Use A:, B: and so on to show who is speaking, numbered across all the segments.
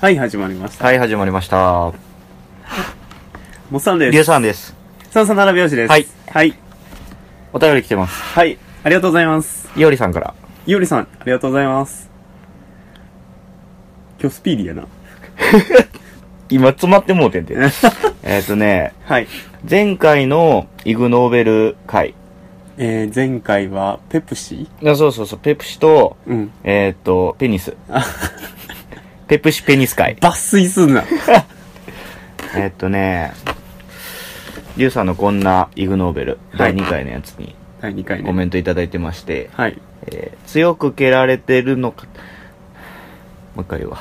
A: はい、始まりました。
B: はい、始まりました。
A: もっさん
B: りゅ
A: で
B: う
A: す。
B: さんです。
A: さんさん並びよしです。
B: はい。
A: はい。
B: お便り来てます。
A: はい。ありがとうございます。
B: いおりさんから。
A: ゆうりさん、ありがとうございます。今日スピーディーやな。
B: 今、詰まってもう てんて。えっとね、
A: はい。
B: 前回のイグノーベル会。
A: えー、前回は、ペプシ
B: あそうそうそう、ペプシと、
A: うん。
B: えっ、と、ペニ ス。ペプシペニス会。
A: 抜粋す んな。
B: えっとね、りゅうさんのこんなイグノーベル、第2回のやつに
A: 第2回ね。
B: コメ
A: ん。
B: ントいただいてまして、
A: はい。
B: えー強く蹴られてるのか、もう一回言うわ。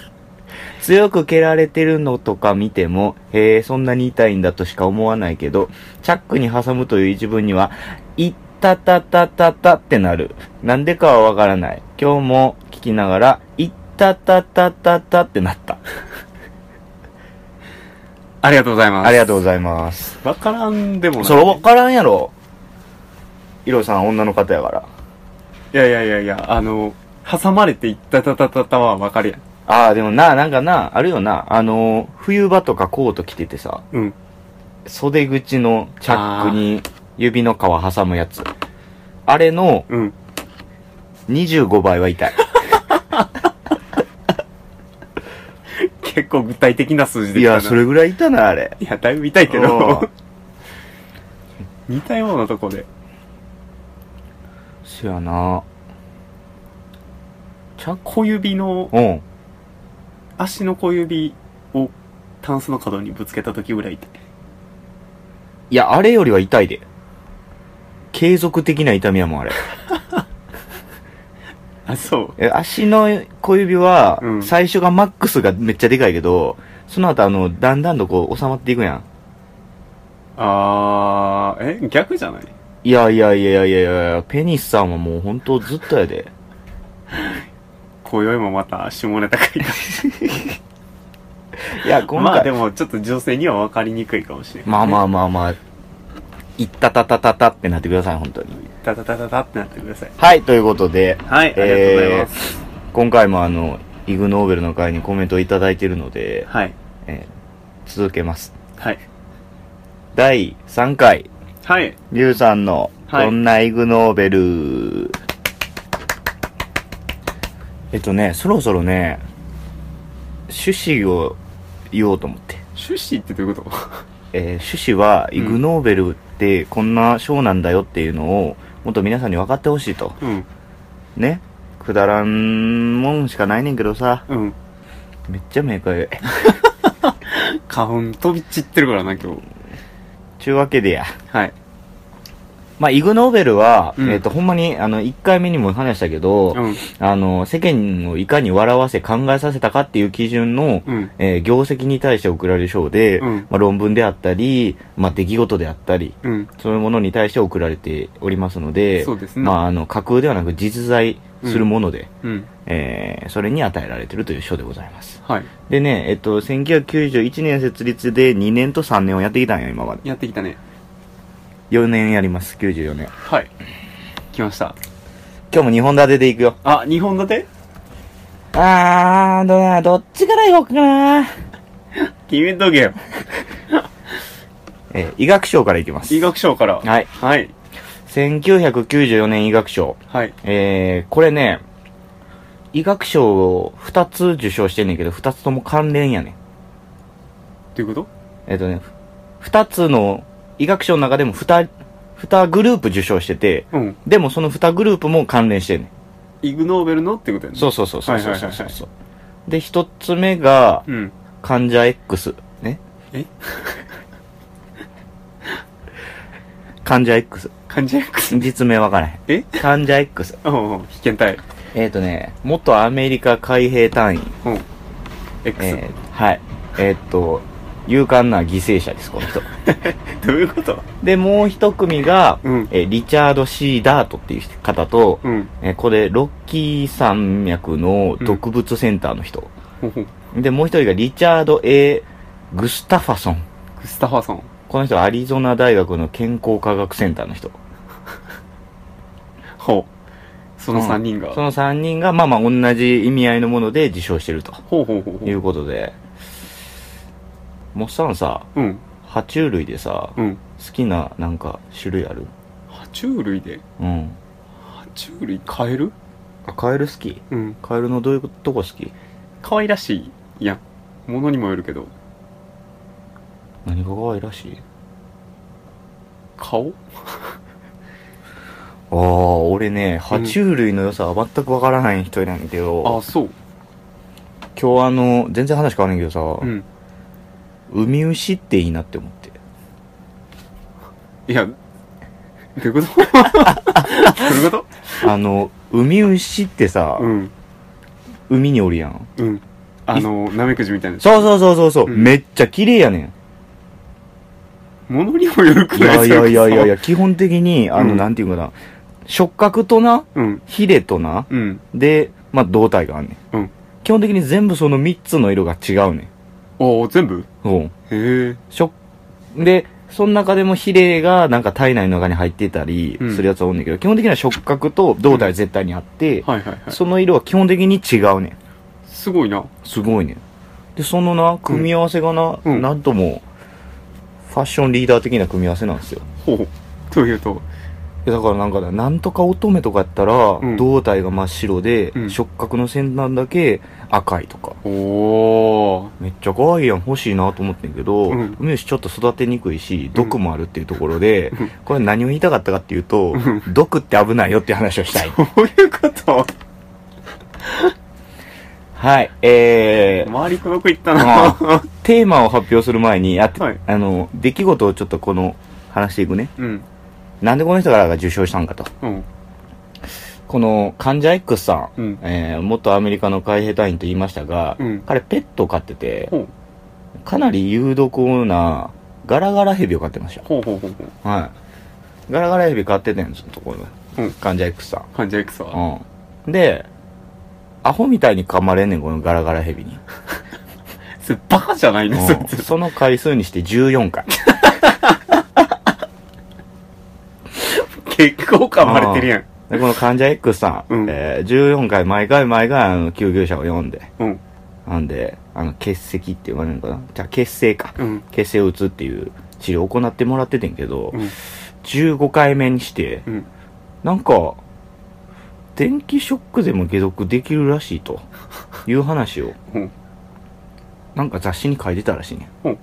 B: 強く蹴られてるのとか見ても、へえ、そんなに痛いんだとしか思わないけど、チャックに挟むという一文には、いったたたたたってなる。なんでかはわからない。今日も聞きながら、いったたたたたってなった。
A: ありがとうございます。
B: ありがとうございます。
A: わからんでもない。
B: それわからんやろ。いろさん女の方やから。
A: いやいやいやいや、あの、挟まれていったたたたたはわかるやん。
B: ああ、でもな、なんかな、あるよな、あのー、冬場とかコート着ててさ、
A: うん。
B: 袖口のチャックに指の皮挟むやつ。あれの
A: うん。
B: 25倍は痛い。
A: 結構具体的な数字で
B: い
A: 来たな
B: や、それぐらい痛ない、あれ。
A: いや、だいぶ痛いけ
B: うん
A: ど。似たようなとこで。
B: そやな。チャック
A: 小指の、
B: うん。
A: 足の小指をタンスの角にぶつけた時ぐらい痛い。
B: いや、あれよりは痛いで。継続的な痛みやもん、あれ。
A: あ、そう。
B: え足の小指は
A: う、ん
B: 最初がマックスがめっちゃでかいけど、その後あの、だんだんとこう収まっていくやん。
A: あー、え、逆じゃない
B: いやいやいやいやいやいや、ペニスさんはもう本当ずっとやで。
A: 今宵もまた下ネタ書い
B: いや、
A: た。
B: 今
A: ま
B: 回、ま
A: あ
B: あ
A: でもちょっと女性には分かりにくいかもしれない。
B: まあまあまあまあ、いったたたたたってなってください、本当に。
A: タタタタタってなってください。
B: はい、ということで、
A: はい、ありがとうございます。
B: 今回もあの、イグノーベルの会にコメントをいただいているので、
A: はい。
B: えー続けます。
A: はい。
B: 第3回、
A: はい。
B: リュウさんの、
A: はい
B: こんなイグノーベル、えっとね、そろそろね、趣旨を言おうと思って。
A: 趣旨ってどういうこと
B: えー趣旨はイグ・ノーベルってこんな賞なんだよっていうのをもっと皆さんに分かってほしいと
A: うん。
B: ねくだらんもんしかないねんけどさ
A: うん。
B: めっちゃ目かゆい
A: 花粉飛び散ってるからな、今日。
B: ちゅうわけでや
A: はい。
B: まあイグ・ノーベルは、
A: うん
B: えっ、とほんまにあの1回目にも話したけど、
A: うん。
B: あの世間をいかに笑わせ考えさせたかっていう基準の、
A: うん。
B: えー業績に対して贈られる賞で、
A: うん
B: まあ、論文であったり、まあ、出来事であったり
A: うん。
B: そういうものに対して送られておりますので、
A: そうですね
B: まあ、あの、架空ではなく実在するもので、
A: うん。
B: えーそれに与えられているという賞でございます。
A: はい。
B: でね、えっと、1991年設立で2年と3年をやってきたんよ、今まで。
A: やってきたね。
B: 4年やります、94年。
A: はい。来ました。
B: 今日も2本立てでいくよ。
A: あ、2本立て
B: あー、どうだどっちからいこうかな
A: 決めとけよ。
B: えー医学賞からいきます。
A: 医学賞から。
B: はい。
A: はい。
B: 1994年医学賞。
A: はい。
B: えー、これね、医学賞を2つ受賞してんねんけど、2つとも関連やねん。
A: ということ
B: えっとね、ふ二つの、医学賞の中でも二、二グループ受賞してて、
A: うん。
B: でもその二グループも関連してんね
A: イグノーベルのってことや
B: ん。
A: ね。
B: そうそうそうそうそうそう
A: はいはいはい
B: で、一つ目が、
A: うん。
B: 患者 X。ね。
A: え
B: 患者 X。
A: 患者 X?
B: 実名わからへん。
A: え
B: 患者 X。
A: おうん、被験体。
B: えっ、とね、元アメリカ海兵隊員。
A: うん。X。
B: えーはい。えっ、と、勇敢な犠牲者です、こ の人。
A: どういうこと
B: で、もう一組が、
A: うん
B: えーリチャード・ C ・ダートっていう方と、
A: うん。
B: えーこれ、ロッキー山脈の毒物センターの人。
A: ほほ。
B: で、もう一人がリチャード・ A ・グスタファソン。
A: グスタファソン。
B: この人はアリゾナ大学の健康科学センターの人。
A: ほう。その3人が、
B: その3人が、まあまあ同じ意味合いのもので自称してると
A: ほうほうほうほ
B: いううことで、モッサンさ、
A: うん
B: 爬虫類でさ、
A: うん
B: 好きななんか種類ある
A: 爬虫類で
B: うん。
A: 爬虫類カエル
B: あ、カエル好き
A: うん
B: カエルのどういうとこ好き
A: 可愛らしいやんものにもよるけど
B: 何が可愛らしい
A: 顔
B: ああ、俺ね、爬虫類の良さは全くわからない人なんだけ
A: あ
B: ど、
A: そう
B: 今日あの、全然話変わらないけどさ、
A: うん
B: ウミウシっていいなって思って。
A: いやどういうこと どういうこ
B: あの、ウミウシってさ
A: と、うん
B: 海におるやん。
A: うんあのナメクジみたいな
B: そうそうそうそうそう、
A: うん
B: めっちゃ綺麗やね
A: ものにもよる
B: ん。
A: く
B: い
A: ら
B: や
A: い
B: いやいやいやい
A: や
B: や、基本的に、あの、
A: うん
B: なんていうかな、触覚とな、
A: うん
B: ヒレとな、
A: うん
B: で、まあ、胴体があんねん。
A: うん
B: 基本的に全部その3つの色が違うねん。
A: おお全部
B: そう。
A: へえ
B: しょで、その中でもヒレがなんか体内の中に入ってたり
A: うん
B: するやつは多いんだけど、基本的には触覚と胴体絶対にあって、
A: はいはいはい
B: その色は基本的に違うねん。
A: すごいな
B: すごいねん。で、そのな、組み合わせがな、
A: うん
B: なんとも、ファッションリーダー的な組み合わせなんですよ。
A: ほうというと
B: いやだからなんかな、なんとか乙女とかやったら、
A: ん
B: 胴体が真っ白で、
A: うん
B: 触覚の先端だけ赤いとか。
A: おお
B: めっちゃ可愛いやん、欲しいなと思ってんけど、
A: うん
B: ウミウシちょっと育てにくいし、毒もあるっていうところで、
A: うん
B: これ何を言いたかったかっていうと
A: う、
B: 毒って危ないよっていう話をしたい。
A: どういうこと
B: はい、えー、
A: 周りくどくいった
B: ま
A: な
B: あ、テーマを発表する前に、あ,、
A: はい
B: あの、出来事をちょっとこの、話していくね。
A: うん
B: なんでこの人からが受賞したんかと。
A: うん
B: この、患者 X さん、
A: うん
B: えー、元アメリカの海兵隊員と言いましたが、
A: うん
B: 彼ペットを飼ってて、
A: ほう
B: かなり有毒な、ガラガラヘビを飼ってました。
A: ほうほうほうほう
B: はい。ガラガラエビ買っててんですよ、ところ
A: う
B: で。
A: ん
B: 患者 X さ
A: 患者 X は
B: ん。うん。で、アホみたいに噛まれんねん、このガラガラヘビに。
A: それバカじゃないの そい
B: うん
A: つ
B: その回数にして14回。
A: 結構噛まれてるやん
B: で、この患者 X さん、
A: うん
B: えー14回、毎回毎回、あの、救急車を呼んで、
A: うん
B: なんで、あの、血石って言われるのかなじゃあ、血清か。
A: うん
B: 血清を打つっていう治療を行ってもらっててんけど、
A: うん
B: 15回目にして、
A: うん
B: なんか、電気ショックでも解毒できるらし いという話を、
A: うん
B: なんか雑誌に書いてたらしいね。
A: うん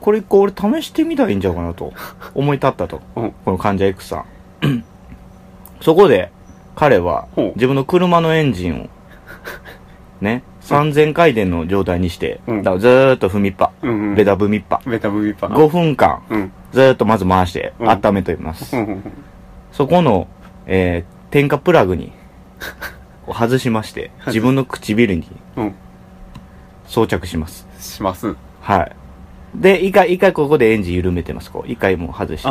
B: これ一個俺試してみたらいいんちゃうかなと思い立ったと。
A: うん
B: この患者 X さん。 そこで彼は
A: ほう
B: 自分の車のエンジンをね、3000回転の状態にして、
A: うん
B: だからずーっと踏みっぱ、
A: うんうん
B: ベタ踏みっぱ、
A: ベタブビパ
B: 5分間
A: うん
B: ずーっとまず回して
A: うん
B: 温めています。
A: うんうん
B: そこの、えー、添加プラグに、 こう外しまして、
A: 外す
B: 自分の唇に
A: うん
B: 装着します。
A: します
B: はい。で、一回、一回ここでエンジン緩めてます。こう、一回もう外して。
A: あ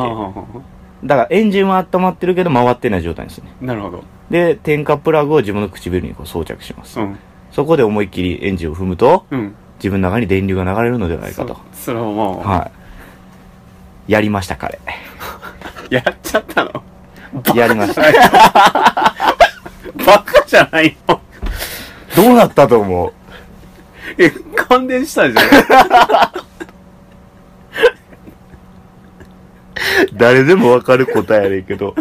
B: だ
A: あ
B: からエンジンは温まってるけど回ってない状態ですね。
A: なるほど
B: で、添加プラグを自分の唇にこう装着します。
A: うん
B: そこで思いっきりエンジンを踏むと、
A: うん
B: 自分の中に電流が流れるのではないかと。
A: そそれはもう
B: はい。やりました、彼。
A: やっちゃったの
B: やりました。
A: バカじゃないの
B: どうなったと思う
A: え感電したじゃ
B: 誰でもわかる答えやねんけど、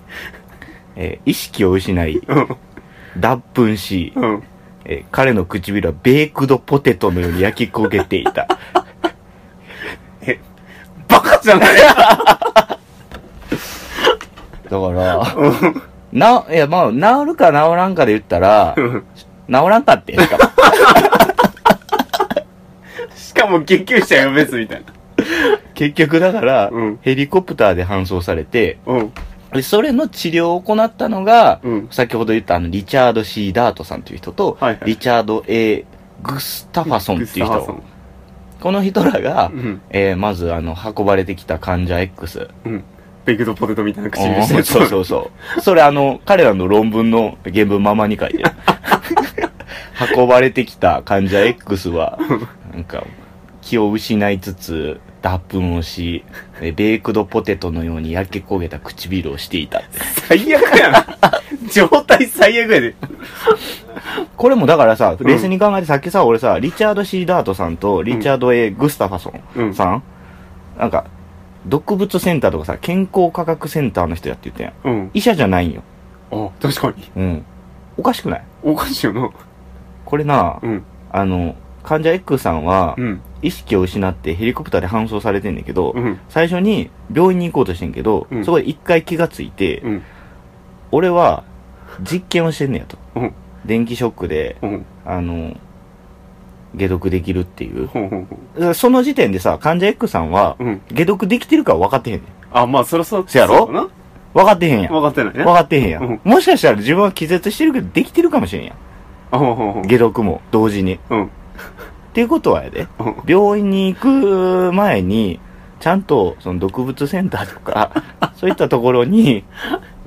B: えー意識を失い、
A: んうん
B: 脱粉し、
A: うん
B: えー彼の唇はベークドポテトのように焼き焦げて いた。
A: バカじゃない
B: だ から、な、いや、まあ、治るか治らんかで言ったら、治
A: うん
B: らんかってんか。
A: しかも救急車呼べずみたいな
B: 結局だから、
A: うん
B: ヘリコプターで搬送されて、
A: うん
B: でそれの治療を行ったのが、
A: うん
B: 先ほど言ったあの、リチャード・ C ・ダートさんという人と、
A: はいはい
B: リチャード・ A ・グスタファソンっていう
A: グスタファソ
B: 人
A: ン。
B: この人らが、
A: うん
B: えーまず、あの、運ばれてきた患者 X。
A: うんベイクドポテトみたいな唇して
B: うんそうそうそう。それ、あの、彼らの論文の原文ままに書い てる。運ばれてきた患者 X は、なんか、気を失いつつ、脱粉をし、えーベイクドポテトのように焼け焦げた唇をしていた。
A: 最悪やん状態最悪やで
B: これもだからさ、
A: ん
B: 冷静に考えてさっきさ、俺さ、リチャード・シーダートさんとリチャード・ A ・グスタファソンさん、なんか、毒物センターとかさ、健康科学センターの人やって言ってんやん。
A: うん
B: 医者じゃないんよ。
A: あ確かに
B: うん。おかしくない
A: おかしいよな
B: これな、
A: うん
B: あの、患者 X さんは
A: う、ん
B: 意識を失ってヘリコプターで搬送されてんねんけど、
A: うん
B: 最初に病院に行こうとしてんけど、
A: うん
B: そこで一回気がついて、
A: うん
B: 俺は実験をしてんねやと。
A: うん
B: 電気ショックで、
A: うん
B: あの、解毒できるっていう。
A: ほんほんほん
B: その時点でさ、患者 X さんは、
A: うん
B: 解毒できてるか分かってへんねん。
A: あまあそりゃそう
B: せやろ
A: そうだな
B: 分かってへんやん。
A: 分かってないね
B: 分かってへんやん。
A: うん
B: もしかしたら自分は気絶してるけど、できてるかもしれんやん。
A: あほんほんほん
B: 解毒も、同時に。っ
A: うん
B: ていうことはやで、
A: うん
B: 病院に行く前に、ちゃんと、その毒物センターとか、 そういったところに、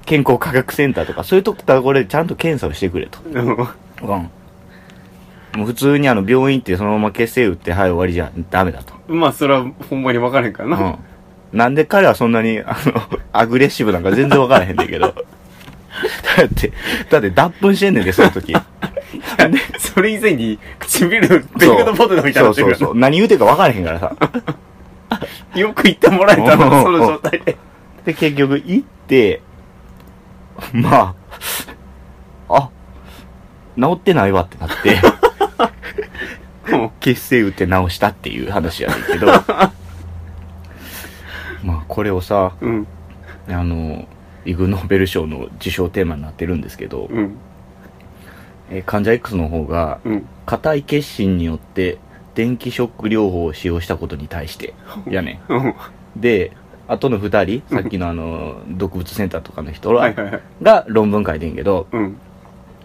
B: 健康科学センターとか、そういうところでちゃんと検査をしてくれと。
A: うん
B: うん。もう普通にあの病院行ってそのまま血清打って、はい終わりじゃダメだと。
A: まあそれはほんまに分からへんから
B: う
A: な、
B: ん。なんで彼はそんなに、あの、アグレッシブなんか全然わからへんねんけど。 だって、だって脱粉してんねんで、そ の
A: い
B: 時。
A: やそれ以前に唇ベイクドポテトみたいになって
B: そ
A: る
B: うそ
A: か
B: う
A: ら
B: そう。何言うてるかわからへんからさ。
A: よく言ってもらえた
B: うん
A: なその状態で
B: で、結局行って、 まあ、あ、治ってないわってな って、
A: うん
B: 血清打って治したっていう話やね んけど。まあ、これをさ、
A: うん
B: あの、イグ・ノーベル賞の受賞テーマになってるんですけど、
A: うん
B: えー患者 X の方が、
A: うん
B: 硬い血心によって電気ショック療法を使用したことに対して、やね
A: うん
B: ん。で、あとの二人、
A: うん
B: さっきのあの、毒物センターとかの人
A: は
B: ら
A: いはいはい
B: が論文書いてんけど、
A: うん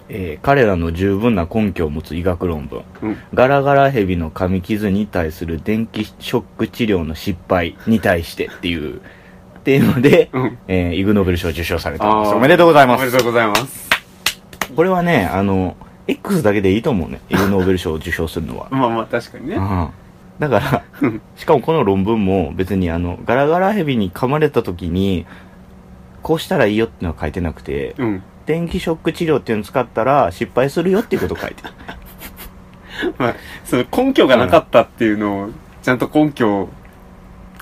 B: えー彼らの十分な根拠を持つ医学論文、
A: うん
B: ガラガラヘビの噛み傷に対する電気ショック治療の失敗に対してっていうテーマで、
A: うん
B: えーイグ・ノーベル賞を受賞されたんです。
A: あー
B: おめでとうございま
A: お
B: す
A: めで。とうございます
B: これはね、あの、X だけでいいと 思うね。イグ・ノーベル賞を受賞するのは。
A: まあまあ確かに
B: う
A: ね
B: ん。だから
A: うん、
B: しかもこの論文も別にあの、ガラガラヘビに噛まれた時に、こうしたらいいよってのは書いてなくて、
A: うん
B: 電気ショック治療っていうの使ったら失敗するよっていうことを書いてる。
A: まあその根拠がなかったっていうのをちゃんと根拠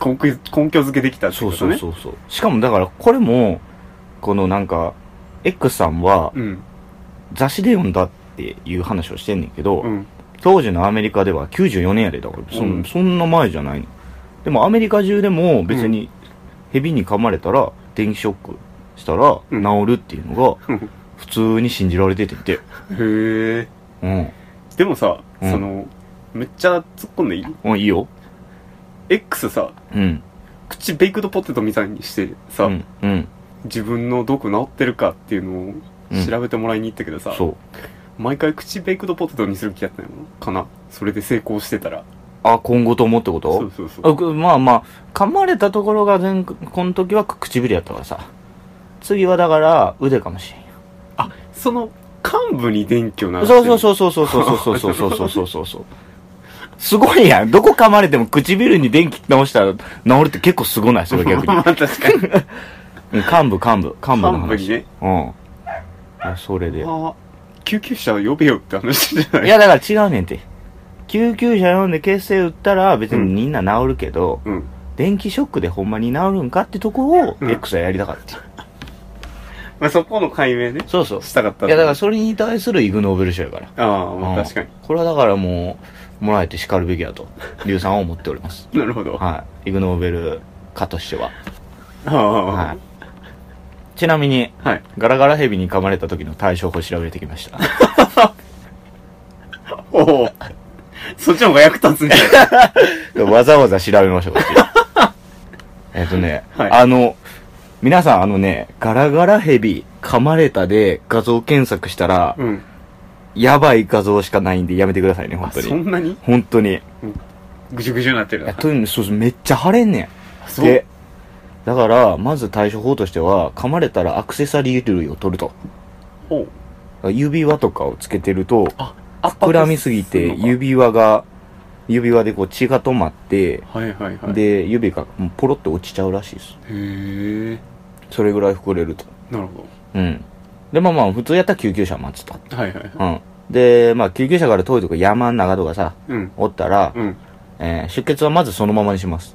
A: 根拠根拠付けできたって
B: そ
A: こ
B: う
A: と
B: そう
A: ね
B: そうそう。しかもだからこれも、このなんか、X さんは
A: うん
B: 雑誌で読んだっていう話をしてんねんけど、
A: うん
B: 当時のアメリカでは94年やでだからそ,、
A: うん
B: ん、そんな前じゃないのでもアメリカ中でも別にヘビに噛まれたら電気ショックしたら
A: うん
B: 治るっていうのが
A: うん
B: 普通に信じられててんて
A: へえ
B: うん、
A: でもさ
B: うん
A: そのめっちゃ突っ込んでいい
B: うん、いいよ
A: X さ
B: うん
A: 口ベイクドポテトみたいにしてさ、
B: うんうん
A: 自分の毒治ってるかっていうの
B: うん
A: を調べてもらいに行ったけどさ、
B: そう
A: 毎回口ベイクドポテトにする気やったのかなそれで成功してたら
B: あ今後と思ってこ
A: そ
B: と
A: うそうそう
B: あくまあまあ噛まれたところが全この時は唇やったからさ次はだから腕かもしれんよ
A: その幹部に電気を流して
B: そう
A: う
B: そうそうそうそうそうそうそうそうそうそうそう。すごいやん。どこ噛まれても唇に電気直したら治るって結構すごないそれ逆に。
A: まあ確 かに
B: うん幹部幹部。幹部の
A: 幹部に
B: 話。
A: ね
B: うん。あそれで。い
A: あ救急車呼べよって話じゃない
B: やだから違うねんて。救急車呼んで血清打ったら別にみんな治るけど、
A: うん
B: 電気ショックでほんまに治るんかってとこを
A: うん
B: X はやりたかった。
A: まあ、そこの解明ね
B: そうそう。
A: したかった
B: いやだからそれに対するイグノーベル賞やから。
A: ああまあ
B: うん
A: 確かに
B: これはだからもう、もらえて叱るべきだと、リュウさんは思っており ます。
A: なるほど、
B: はい。イグ・ノーベル家としては。
A: ああ、
B: は。
A: はい
B: ちなみに、
A: い、
B: ガラガラヘビに噛まれた時の対処法を調べてきま した。
A: おおそっちの方が役立 つんじゃない
B: わざわざ調べましょう、こ っちえっとね、
A: はい
B: あの、皆さんあのね、ガラガラヘビ噛まれたで画像検索したら、
A: うん
B: やばい画像しかないんでやめてくださいね、本
A: あ
B: 当
A: そ
B: に。
A: んなに
B: 本当に。い
A: ぐじゅぐじゅになってる
B: や
A: な
B: とにかくそうそう、めっちゃ腫れんねん。
A: そう
B: で、だから、まず対処法としては、噛まれたらアクセサリー類を取ると。
A: おう
B: 指輪とかをつけてると、
A: あ
B: 膨らみすぎ
A: 圧迫る
B: て
A: のか
B: 指輪が指輪でこう血が止まって、
A: はいはいはい。へ
B: で、指がもうポロって落ちちゃうらしいです。
A: え。
B: それぐらい膨れると。
A: なるほ
B: うん。で、まあまあ、普通やったら救急車待つと。
A: ど。はいはいはい。
B: うん。で、まあ、救急車から遠いとか山の中とかさ、
A: うん。
B: おったら、
A: うん。
B: えー出血はまずそのままにします。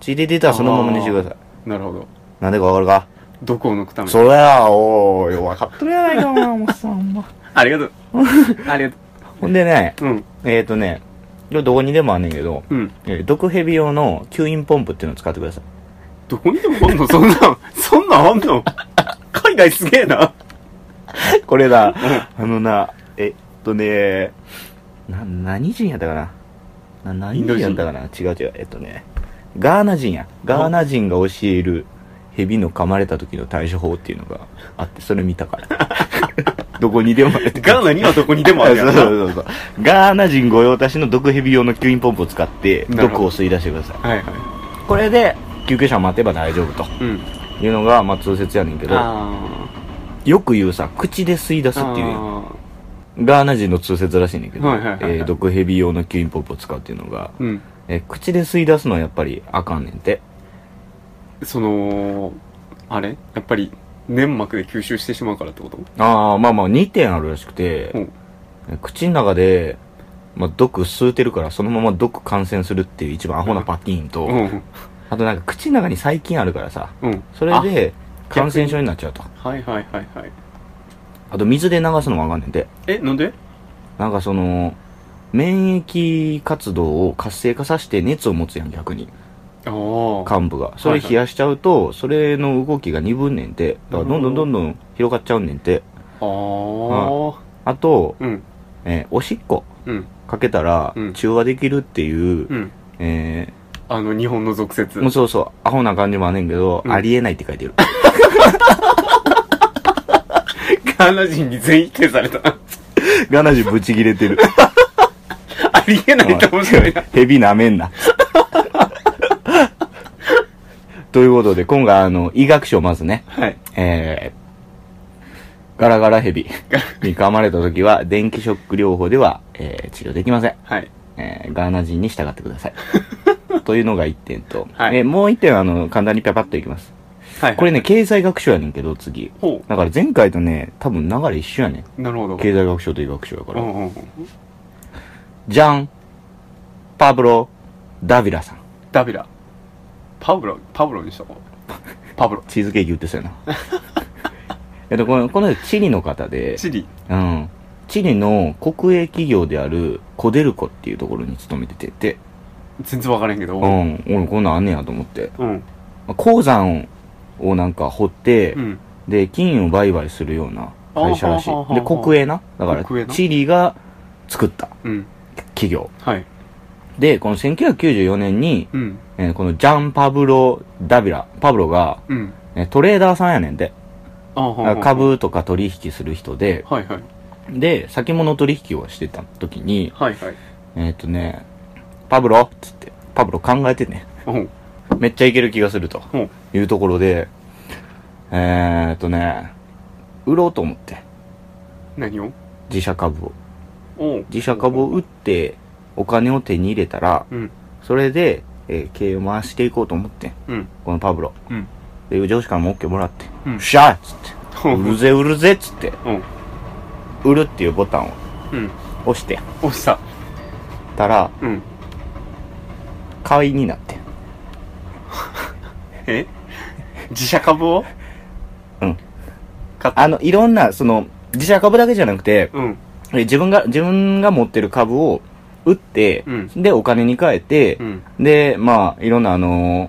B: 血出てたらそのままにしてください。
A: なるほど。
B: なんでかわかるか
A: 毒を抜くために。
B: そりゃあ、おーよ、わかっとるやないか、お前お前さん、ほんま。
A: ありがとう。ありがと
B: ほんでね、
A: う。うん。
B: えーとね、これどこにでもあんねんけど、
A: うん。
B: えー毒蛇用の吸引ポンプっていうのを使ってください。
A: どこにでもあんのそんなん、そんなんあんの海外すげえな。
B: これだ、あのな、えっとね、な、何人やったかなな、何人やったかな違う違う、えっとね、ガーナ人や。ガーナ人が教える蛇の噛まれた時の対処法っていうのがあって、それ見たから。 どこにでもある
A: ガーナにはどこにでもあ
B: そう
A: るや
B: そ
A: ん
B: う
A: な。
B: そうそう。ガーナ人御用達の毒蛇用の吸引ポンプを使って、
A: なるほど
B: 毒を吸い出してください。
A: はいは
B: これで、救急車待てば大丈夫と
A: い。うん。
B: いうのが、まあ通説やねんけど、
A: あ
B: よく言うさ、口で吸い出す
A: あ。
B: っていうやん。
A: あ
B: ガーナ人の通説らしいねんだけど、
A: はいはいはいはい
B: えー毒蛇用の吸引ポンプを使うっていうのが、
A: ーうん。
B: えー口で吸い出すのはやっぱりあかんねんて。
A: その、あれやっぱり、粘膜で吸収してしまうからってこと
B: ああ、まあまあ2点あるらしくて、
A: うん
B: えー口の中で、まあ、毒吸うてるからそのまま毒感染するっていう一番アホなパティーンと、
A: うん。
B: あとなんか口の中に細菌あるからさ、
A: うん。
B: それで感染症になっちゃうと。
A: あ。はいはいはいはい。
B: あと水で流すのもあかんねんて。
A: え、なんで
B: なんかその、免疫活動を活性化させて熱を持つやん、逆に。
A: ああ。
B: 幹部がそれ冷やしちゃうと、それの動きが鈍んねんてだからどんどんどんどん広がっちゃうねんて
A: ああ。
B: あと、
A: うん。
B: えーおしっこ
A: うん。
B: かけたら
A: うん
B: 中和できるっていう、
A: うん。
B: え
A: あの、日本の俗説
B: ー、も。うそうそうアホな感じもあんねんけど、
A: うん
B: ありえないって書いてる
A: ガーナ人に全員否定された。
B: ガナジブチ切れてる
A: ありえないって面白いな。
B: ヘビなめ んなということで今回あの医学賞まずね
A: はい。
B: えー、ガラガラ ヘビに噛まれた時は電気ショック療法では、えー治療できません
A: はい。
B: えーガーナ人に従ってくだ さい。というのが1点と、
A: はい
B: えーもう1点はあの簡単にパパッといきます。
A: はい。
B: これね、経済学賞やねんけど、次。
A: ほ
B: だから前回とね、多分流れ一緒やねん。
A: う。なるほど。
B: 経済学賞と医学賞やか
A: う
B: ら。
A: んうんうん。
B: じゃんパブロ・ダビラさん。
A: ダビラ。パブロ、パブロにしとこう。パブロ。
B: チーズケーキ売ってそうやな。 えっと、この、この人チリの方で、
A: チリ。
B: うん。チリの国営企業であるコデルコっていうところに勤めてて、
A: 全然わからへんけど。
B: う。ん、俺こんなんあんねやと思って。
A: うん。
B: まあ鉱山をなんか掘って、
A: うん。
B: で金を売買するような会社らし
A: あはははい
B: で
A: は
B: 国営なだから
A: 国営な
B: チリが作った
A: うん。
B: 企業
A: はい。
B: でこの1994年に、
A: うん。
B: えーこのジャン・パブロ・ダビラパブロが、
A: うん。
B: えートレーダーさんやねんで
A: あははは。
B: 株とか取引する人で
A: はいはい。
B: で先物取引をしてた時に
A: はいはい。
B: えっ、とねパブロっつってパブロ考えてね
A: うん。
B: めっちゃいける気がすると
A: うん。
B: いうところでえっ、とね売ろうと思って
A: 何を
B: 自社株を
A: おう。
B: 自社株を売ってお金を手に入れたら
A: うん。
B: それで、えー経営を回していこうと思ってん
A: うん。
B: このパブロ
A: うん。
B: で上司からも OK もらって「
A: う
B: うんっしゃ!」っつって
A: う
B: 「売る
A: ん。
B: ぜ売るぜ!」っつって
A: うん。
B: 「売る」っていうボタンを
A: うん。
B: 押して
A: 押した。
B: たら
A: うん。
B: 会員になってん
A: え自社株を
B: うん
A: 買った。
B: あのいろんなその自社株だけじゃなくて
A: うん。
B: えー自分が自分が持ってる株を売って、
A: うん
B: でお金に換えて、
A: うん。
B: でまあいろんなあのー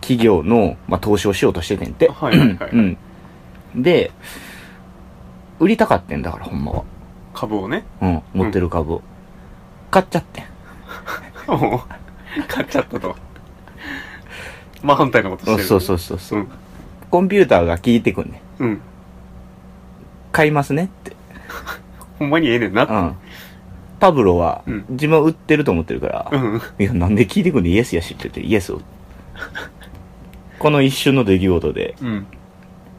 B: 企業の、まあ、投資をしようとしててんて、
A: はいはいは
B: う
A: い。
B: ん。で、売りたかってんだから、ほんまは。
A: 株をね。
B: うん、持ってる株を。買っちゃってん。
A: おう買っちゃったと。まあ反対のことしてる。
B: そうそうそうそうう。
A: ん。
B: コンピューターが聞いてくんねん。
A: うん。
B: 買いますねって。
A: ほんまにええねん
B: う
A: な。
B: ん。パブロは
A: うん、
B: 自分は売ってると思ってるから、
A: うん。
B: いや、なんで聞いてくんねんイエスやしって言って、イエスを。この一瞬の出来事で、
A: うん。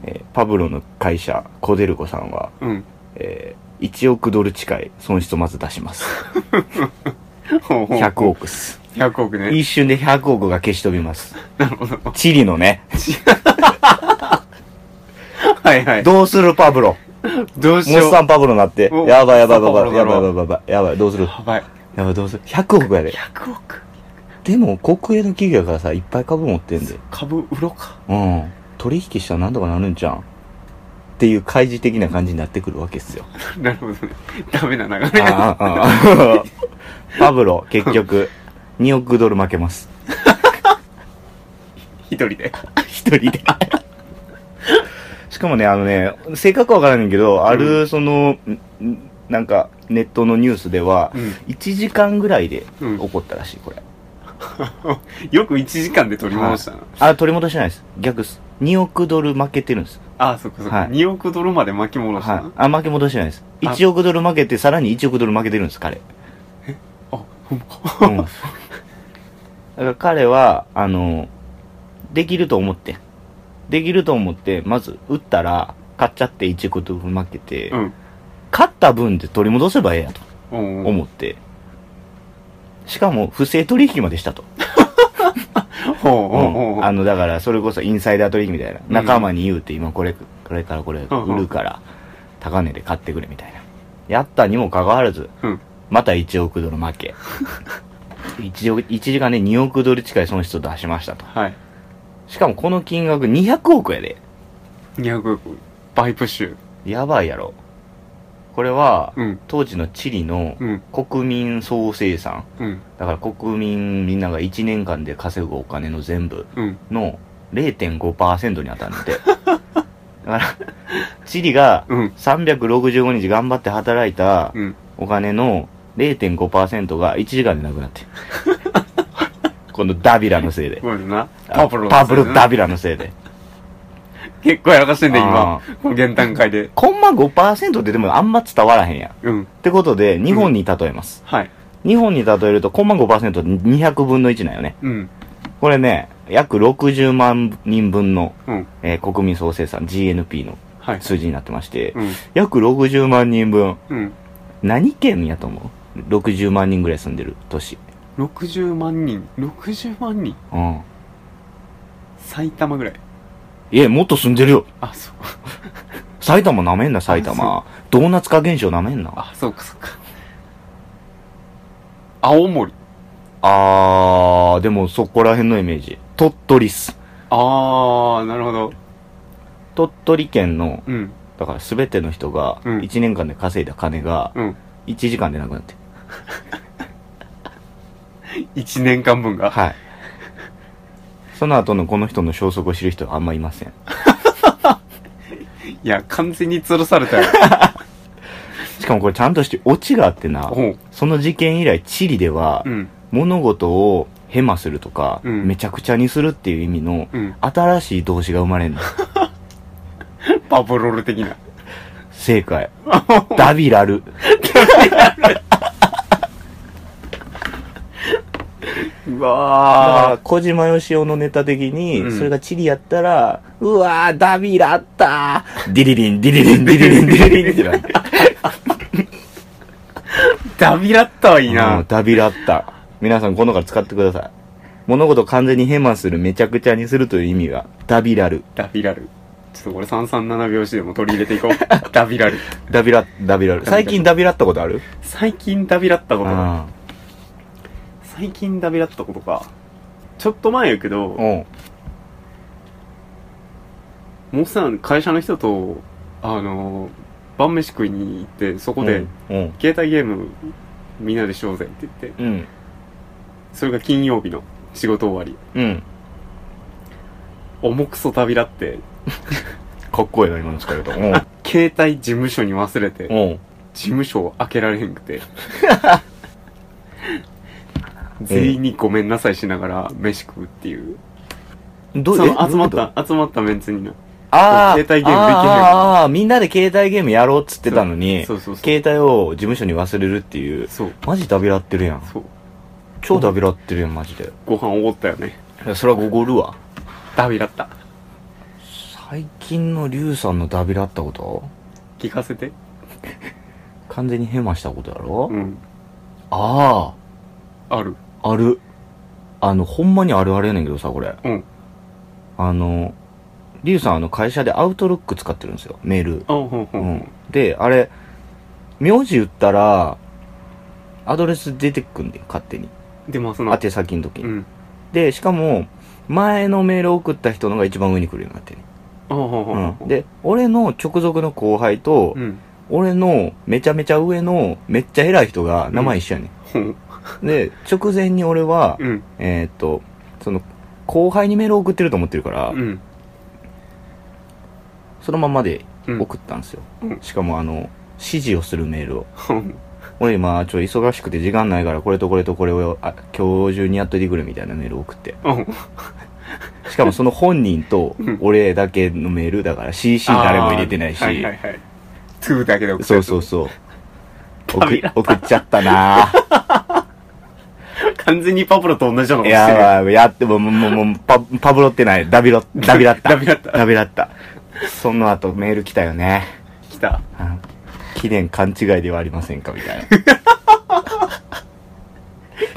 B: えーパブロの会社、コデルコさんは、
A: うん。
B: えー1億ドル近い損失をまず出します。
A: ほうほう
B: 100億っす。
A: 100億ね。
B: 一瞬で100億が消し飛びます。
A: なるほど。
B: チリのね。
A: はいはい。ど
B: どうするパブロ。
A: うし
B: モス
A: よう。
B: さ
A: や
B: んパブロなって。
A: お
B: やばいやばいや
A: モスさん
B: ば
A: パブ
B: い
A: ロ
B: や
A: だ
B: ばい
A: ろ
B: やばいやばい。やばい、どうするや
A: ばい。
B: ばい、どうする ?100 億やで。
A: 100億。
B: でも、国営の企業やからさ、いっぱい株持ってんで。
A: 株売ろうか。
B: うん。取引したらなんとかなるんじゃん。っていう開示的な感じになってくるわけっすよ。
A: なるほどね。ダメな流れ。
B: ああ、ああ。 パブロ、結局、2億ドル負けます。
A: 一人で。
B: 一人で。しかもね、あのね、正確はわからないけど、ある、その、んんなんか、ネットのニュースでは、
A: うん。
B: 1時間ぐらいで
A: うん
B: 起こったらしい、これ。
A: よく1時間で取り戻したな。
B: あ、取り戻してないです。逆です。2億ドル負けてるんです。
A: ああ、そっかそっ
B: は
A: か。
B: い
A: 2億ドルまで巻き戻した
B: はい
A: な。。
B: あ、負け戻してないです。
A: あ
B: 1億ドル負けて、さらに1億ドル負けてるんです、彼。
A: あ、ほんま。
B: うん。だから彼は、あの、できると思って。できると思って、まず、打ったら、買っちゃって1億ドル負けて、
A: うん。
B: 勝った分で取り戻せばええやと
A: おう
B: 思って。しかも、不正取引までしたと。
A: ほうほうほう
B: あの、だから、それこそインサイダー取引みたいな。
A: うん
B: 仲間に言うて、今これ、これからこれ
A: うんうん
B: 売るから、高値で買ってくれみたいな。やったにもかかわらず、
A: うん
B: また1億ドル 負け。1, 億1時間で2億ドル近い損失を出しましたと。
A: はい。
B: しかもこの金額200億やで。
A: 200億。バイプッシュ。
B: やばいやろ。これは、
A: うん。
B: 当時のチリの
A: うん。
B: 国民総生産。
A: うん。
B: だから国民みんなが1年間で稼ぐお金の全部
A: うん。
B: の0.5%に当たるって。だから、チリが
A: うん。
B: 365日頑張って働いた
A: うん。
B: お金の0.5%が1時間でなくなって。このダビラのせいで。
A: これな。パブロ。
B: パブロダ。ビラのせいで。
A: 結構やらかしてんで、
B: あ
A: 今。この現段階で。
B: コンマ5%ってでもあんま伝わらへんやん。っ
A: うん。
B: てことで、日本に例えます。
A: はい。
B: 日本に例えると、コンマ5%って200分の1なんよね。
A: うん。
B: これね、約60万人分の、
A: うん。
B: えー国民総生産 GNP の
A: はい。
B: 数字になってまして、
A: うん。
B: 約60万人分。
A: うん。
B: 何県やと思う ?60 万人ぐらい住んでる都市。
A: 60万人。60万人
B: うん。
A: 埼玉ぐらい。
B: いや、もっと住んでるよ。
A: あ、そう。
B: 埼玉なめんな、埼
A: あ
B: 玉。ドーナツ化現象なめんな。
A: あ、そうか、そうか。青森。
B: あー、でもそこら辺のイメージ。鳥取っす。
A: あー、なるほど。
B: 鳥取県の、
A: うん。
B: だから全ての人が、
A: うん
B: 1年間で稼いだ金が、
A: うん。
B: 1時間でなくなって。
A: 1年間分が。
B: はい。その後のこの人の消息を知る人はあんまいません。
A: いや、完全に吊るされ たよ。
B: しかもこれちゃんとしてオチがあってな、
A: ほう。
B: その事件以来チリでは、
A: うん。
B: 物事をヘマするとか、
A: うん
B: めちゃくちゃにするっていう意味の、
A: うん。
B: 新しい動詞が生ま れるの。
A: パブロール的な。
B: 正 解。ダビラル。
A: う
B: あ
A: わ
B: あ、小島よしおのネタ的に、
A: うん
B: それがチリやったら、うわー、ダビラあったー。ディリリン、ディリリン、ディリリン、ディリリンって なって。
A: ー。ダビラったはいい
B: うん
A: な。
B: ダビラった。皆さん今度から使ってください。物事を完全にヘマする、めちゃくちゃにするという意味が、ダビラル。
A: ダビラル。ちょっと俺337拍子でも取り入れていこう。 ダビラル。
B: ダビラ、ダビラ
A: ダビラ
B: ル。
A: ル
B: 最近ダビラったことある
A: 最近ダビラった
B: う
A: ことか。
B: ん。
A: 最近ダビラったことか。ちょっと前やけど、
B: うん。
A: もうさん会社の人と、あの、晩飯食いに行って、そこで、
B: うん。
A: 携帯ゲームみんなでしようぜって言って、
B: うん。
A: それが金曜日の仕事終わり。
B: うん。
A: 重くそ旅立って、
B: かっこいいな、今の使い方。うん。
A: 携帯事務所に忘れて、事
B: うん。
A: 務所を開けられへんく て。全員にごめんなさいしながら飯食うっていう。
B: ど
A: その
B: え
A: 集まっ
B: どういうこ
A: た、集まったメンツにな。
B: とああ、
A: 携帯ゲームできへん
B: ああ、みんなで携帯ゲームやろうっつってたのに、
A: そうそうそう。
B: 携帯を事務所に忘れるっていう。
A: そう。
B: マジダビラってるやん。
A: そう。
B: 超ダビラってるやん、マジで。
A: ご飯おごったよね。
B: いやそれはごごるわ。
A: 旅立った。
B: 最近のリュウさんのダビラったこと
A: 聞かせて。
B: 完全にヘマしたことやろ、
A: うん。
B: あ
A: ある。
B: あ、ある。あの、ほんまにあるあるやねんけどさ、これ。
A: うん。
B: あの、リュウさん、あの、会社でアウトロック使ってるんですよ、メール。
A: あ、ほんほ
B: うん
A: ほん。
B: ん。で、あれ、名字言ったら、アドレス出てくんで、勝手に。
A: 出ますな。
B: 宛先の時
A: う
B: に。
A: ん。
B: で、しかも、前のメール送った人のが一番上に来るようになってる、
A: あ、ほんほんほんほ。
B: うんん。、で、俺の直属の後輩と、
A: うん。
B: 俺のめちゃめちゃ上のめっちゃ偉い人が名前一緒やね、
A: ほん。
B: ん。で、直前に俺は、
A: うん。
B: えーっと、その、後輩にメール送ってると思ってるから、
A: うん。
B: そのままで
A: うん。
B: 送ったんですよ。
A: うん
B: しかもあの、指示をするメールを。
A: ほん。
B: 俺今、ちょ、忙しくて時間ないから、これとこれとこれを、あ、今日中にやっといてくれみたいなメールを送って。
A: ほん。
B: しかもその本人と
A: うん、
B: 俺だけのメールだから、CC 誰も入れてないし、
A: あーはいはいはい。トゥーだけで送
B: そうそう
A: そ
B: そう。
A: ダメ
B: 送
A: だ
B: 送っちゃったな ぁ。
A: う。完全にパブロと同じようないことしてる。
B: やー、やっても、もう、もう、もうパ、パブロってない。ダビロ、ダビラった。
A: ダビラった
B: ダビラった。その後メール来たよね。
A: 来た。
B: あ記念勘違いではありませんかみたいな。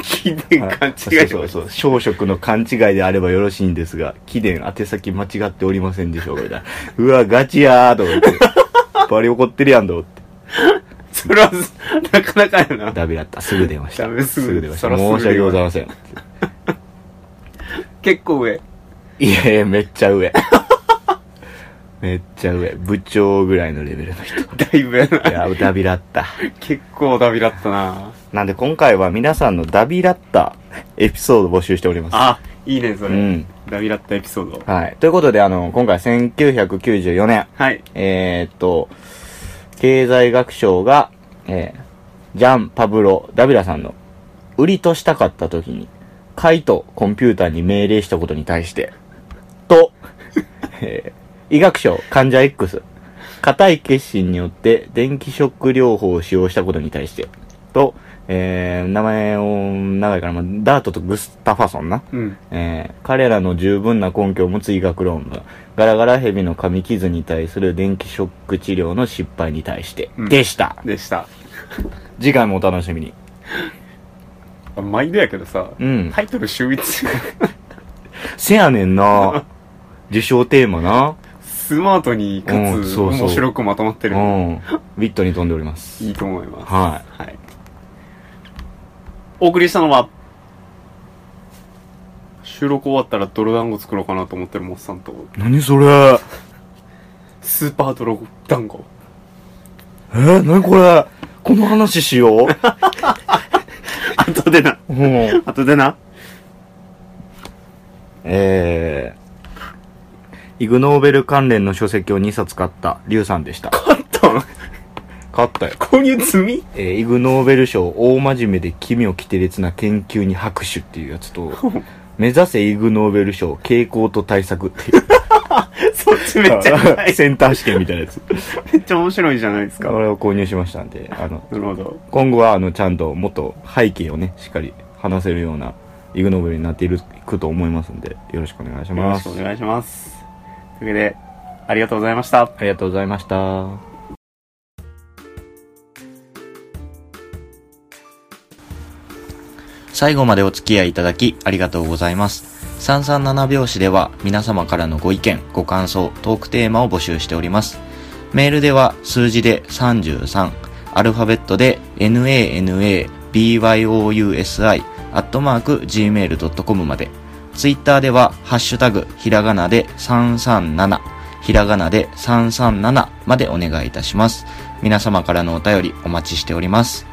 A: 記念 勘違い
B: そうそうそう。小食の勘違いであればよろしいんですが、貴殿宛先間違っておりませんでしょうかみた いな。うわ、ガチやー と思って。バリ怒ってるやんと思って。
A: それは、なかなかやな。
B: ダビラった。すぐ出ました。
A: ダメすぐ
B: 出まし
A: そ
B: た。
A: らすぐ
B: 申し訳ございません。
A: 結構上。
B: いやいや、めっちゃ上。 めっちゃ上。部長ぐらいのレベルの人。
A: だいぶや
B: い
A: な。
B: や、ダビラッタ。
A: 結構ダビラったな。
B: なんで今回は皆さんのダビラッタエピソードを募集しております。
A: あ、いいね、そうれ。
B: ん。
A: ダビラったエピソード。
B: はい。ということで、あの、今回1994年、
A: はい。
B: えー、っと、経済学賞が、えー、ジャン・パブロ・ダビラさんの売りとしたかった時に、解とコンピューターに命令したことに対して、と、 えー医学賞患者 X、硬い決心によって電気ショック療法を使用したことに対して、と、えー、名前を、長いから、まあ、ダートとグスタファソンな。
A: うん。
B: えー彼らの十分な根拠を持つ医学論文ガラガラヘビの噛み傷に対する電気ショック治療の失敗に対して、
A: うん
B: でした
A: でした。
B: 次回もお楽しみに
A: あ毎度やけどさ、
B: うん
A: タイトル秀逸。
B: せやねん な受賞テーマな
A: スマートに、か
B: うん
A: つ、
B: そうそう
A: 面白くまとまって
B: う
A: る。
B: んウィットに飛んでおります
A: いいと思います。
B: は
A: はい。お送りしたのは、収録終わったら泥団子作ろうかなと思ってるモッさんと、
B: い何それ
A: スーパー泥団 子。
B: えー、何これこの話しよう、
A: 後でな、
B: うん、
A: 後でな。
B: えー、イグノーベル関連の書籍を2冊買ったリュウさんでした
A: 買ったん
B: 買ったよ
A: 購入済 み
B: えーイグ・ノーベル賞大真面目で奇妙奇て烈な研究に拍手っていうや つと目指せイグ・ノーベル賞傾向と対策っていう
A: そっちめっちゃ高い。
B: センター試験みたいなやつ
A: めっちゃ面白いじゃないですか。
B: これを購入しましたんであの
A: なるほど。
B: 今後はあのちゃんともっと背景をねしっかり話せるようなイグ・ノーベルになっているくと思いますんでよろしくお願いし
A: よろ
B: ま
A: し
B: す
A: くお願いします。というわけで、ありがとうございました。
B: ありがとうございました
C: 最後までお付き合いいただきありがとうございます。337拍子では皆様からのご意見、ご感想、トークテーマを募集しております。メールでは数字で33、アルファベットで nanabyousi、アットマーク gmail.com まで。ツイッターではハッシュタグ、ひらがなで337、ひらがなで337までお願いいたします。皆様からのお便りお待ちしております。